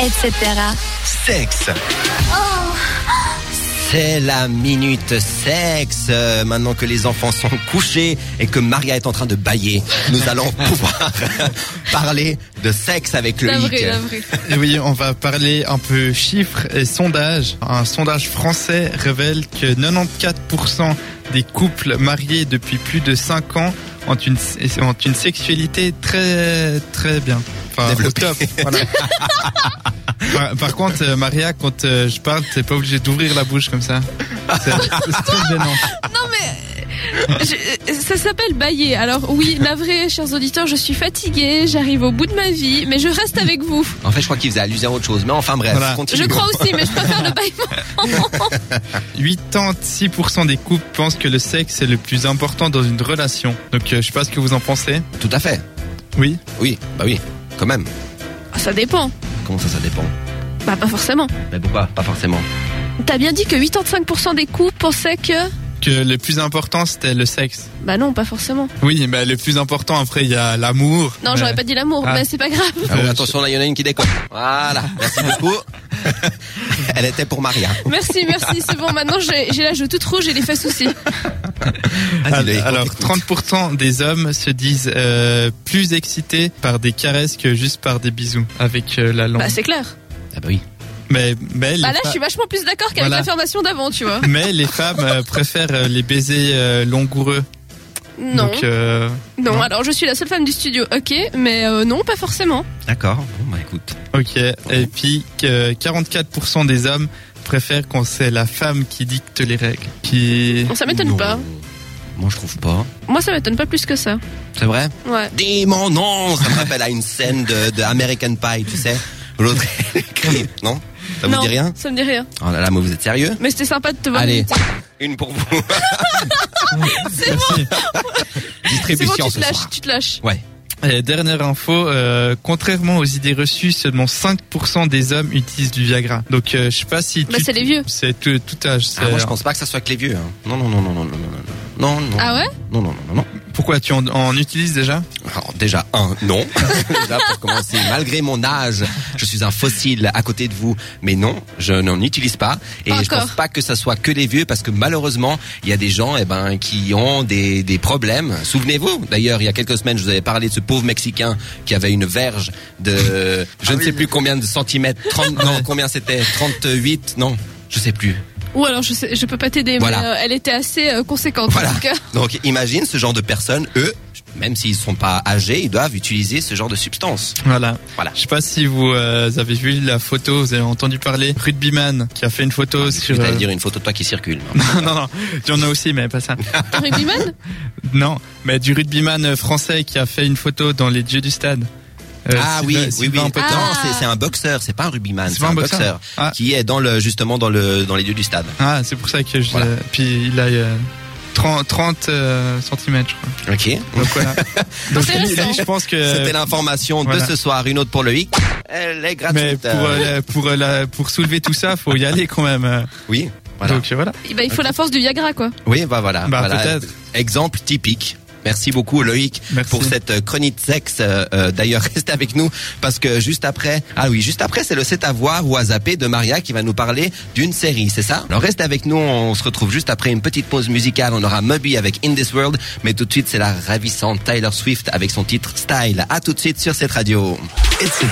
etc. Sexe. C'est la minute sexe. Euh, Maintenant que les enfants sont couchés et que Maria est en train de bailler, nous allons pouvoir parler de sexe avec le hic. Navré, navré. Et Eh oui, on va parler un peu chiffres et sondages. Un sondage français révèle que 94% des couples mariés depuis plus de 5 ans ont une, ont une sexualité très très bien. Enfin, au Développée. top. voilà. par, par contre, euh, Maria, quand euh, je parle, t'es pas obligé d'ouvrir la bouche comme ça. C'est c'est très gênant. Non mais je- euh, ça s'appelle bailler. Alors oui, navré, chers auditeurs, je suis fatiguée, j'arrive au bout de ma vie, mais je reste avec vous. En fait, je crois qu'il faisait allusion à autre chose. Mais enfin, bref, Voilà. continue. Je crois aussi, mais je préfère le baillement. 86% des couples pensent que le sexe est le plus important dans une relation. Donc, euh, je sais pas ce que vous en pensez. Tout à fait. Oui. Oui, bah oui, quand même. Ah, Ça dépend. Comment ça, ça dépend Bah pas forcément. Mais pourquoi Pas forcément. T'as bien dit que 85% des couples pensaient que... Que le plus important, c'était le sexe. Bah non, pas forcément. Oui, mais le plus important, après, il y a l'amour. Non, Mais- j'aurais pas dit l'amour, Ah. mais c'est pas grave. Ah oui, Euh, attention, là, il y en a une qui déconne. Voilà, merci beaucoup. Elle était pour Maria. Merci, merci, c'est bon, maintenant j'ai j'ai la joue toute rouge et les fesses aussi. Vas-y, Loïc, on Ah, Alors, t'écoute. 30% des hommes se disent euh, plus excités par des caresses que juste par des bisous avec euh, la langue. Bah c'est clair. Ah bah oui. mais, mais, les Bah là, fa- je suis vachement plus d'accord qu'avec Voilà. l'information d'avant, tu vois. mais les femmes euh, préfèrent euh, les baisers euh, langoureux. Non, Donc, euh, non, non. alors je suis la seule femme du studio, ok, mais euh, non, pas forcément. D'accord, bon bah écoute. ok. Et puis, que 44% des hommes préfèrent quand c'est la femme qui dicte les règles. Qui... Ça m'étonne Non. pas. Moi, je trouve pas. Moi, ça m'étonne pas plus que ça. C'est vrai Ouais. Dis-moi non Ça me rappelle à une scène de, de American Pie, tu sais. L'autre, elle crie. Non Ça vous non, dit rien Ça me dit rien. Oh là là, mais vous êtes sérieux Mais c'était sympa de te voir. Allez. invité. Une pour vous. Merci. C'est bon, Distribution tu te ce lâches, soir. tu te lâches. Et dernière info, euh, contrairement aux idées reçues, seulement 5% des hommes utilisent du Viagra. Donc euh, je sais pas si Bah, tu- c'est les vieux. c'est tout, tout euh, âge. c'est- Ah, moi, je pense pas que ça soit que les vieux. hein. Non, non, non, non, non, non, non, non, non, non. Ah ouais Non, non, non, non, non. Pourquoi tu en, en utilises déjà Alors, déjà, un, non. déjà, pour commencer, malgré mon âge, je suis un fossile à côté de vous. Mais non, je n'en utilise pas. Et je Encore. pense pas que ça soit que les vieux parce que malheureusement, il y a des gens, eh ben, qui ont des, des problèmes. Souvenez-vous, d'ailleurs, il y a quelques semaines, je vous avais parlé de ce pauvre Mexicain qui avait une verge de, je ne sais plus combien de centimètres, 30, non, combien c'était, 38, non, je sais plus. Ou alors, je, sais, je peux pas t'aider, mais Voilà. euh, elle était assez euh, conséquente. Voilà. En tout cas. Donc imagine ce genre de personnes, eux, même s'ils sont pas âgés, ils doivent utiliser ce genre de substance. Voilà. Voilà. Je sais pas si vous euh, avez vu la photo, vous avez entendu parler rugbyman qui a fait une photo Je sur. vais euh, dire une photo de toi qui circule. non non, il y en a aussi mais pas ça. Un rugbyman Non, mais du rugbyman euh, français qui a fait une photo dans les dieux du stade. Euh, ah Sylvain- oui, oui, oui. Sylvain Potin. Ah. Non, c'est- c'est un boxeur, c'est pas un rugbyman, C'est c'est pas un un boxeur. boxeur Ah. qui est dans le justement dans le dans les lieux du stade. Ah, c'est pour ça que je. Voilà. Puis il a euh, 30, 30 euh, centimètres, je crois. Ok. Donc voilà. Donc lui, Intéressant. lui, je pense C'était que. l'information Euh, voilà. de ce soir, une autre pour le hic. Elle est Mais gratuite. pour euh, euh, pour euh, la- pour soulever tout ça, faut y aller quand même. euh. Oui. Voilà. Donc euh, voilà. Eh ben, Il faut la force du Viagra, quoi. Oui, bah voilà. Bah, voilà. peut-être. Exemple typique. Merci beaucoup Loïc Merci. pour cette euh, chronique sexe. Euh, euh, D'ailleurs, restez avec nous parce que juste après, ah oui, juste après, c'est le C'est à voir ou à zapper de Maria qui va nous parler d'une série, c'est ça Alors restez avec nous, on se retrouve juste après une petite pause musicale. On aura Moby avec In This World, mais tout de suite, c'est la ravissante Tyler Swift avec son titre Style. À tout de suite sur cette radio, etc.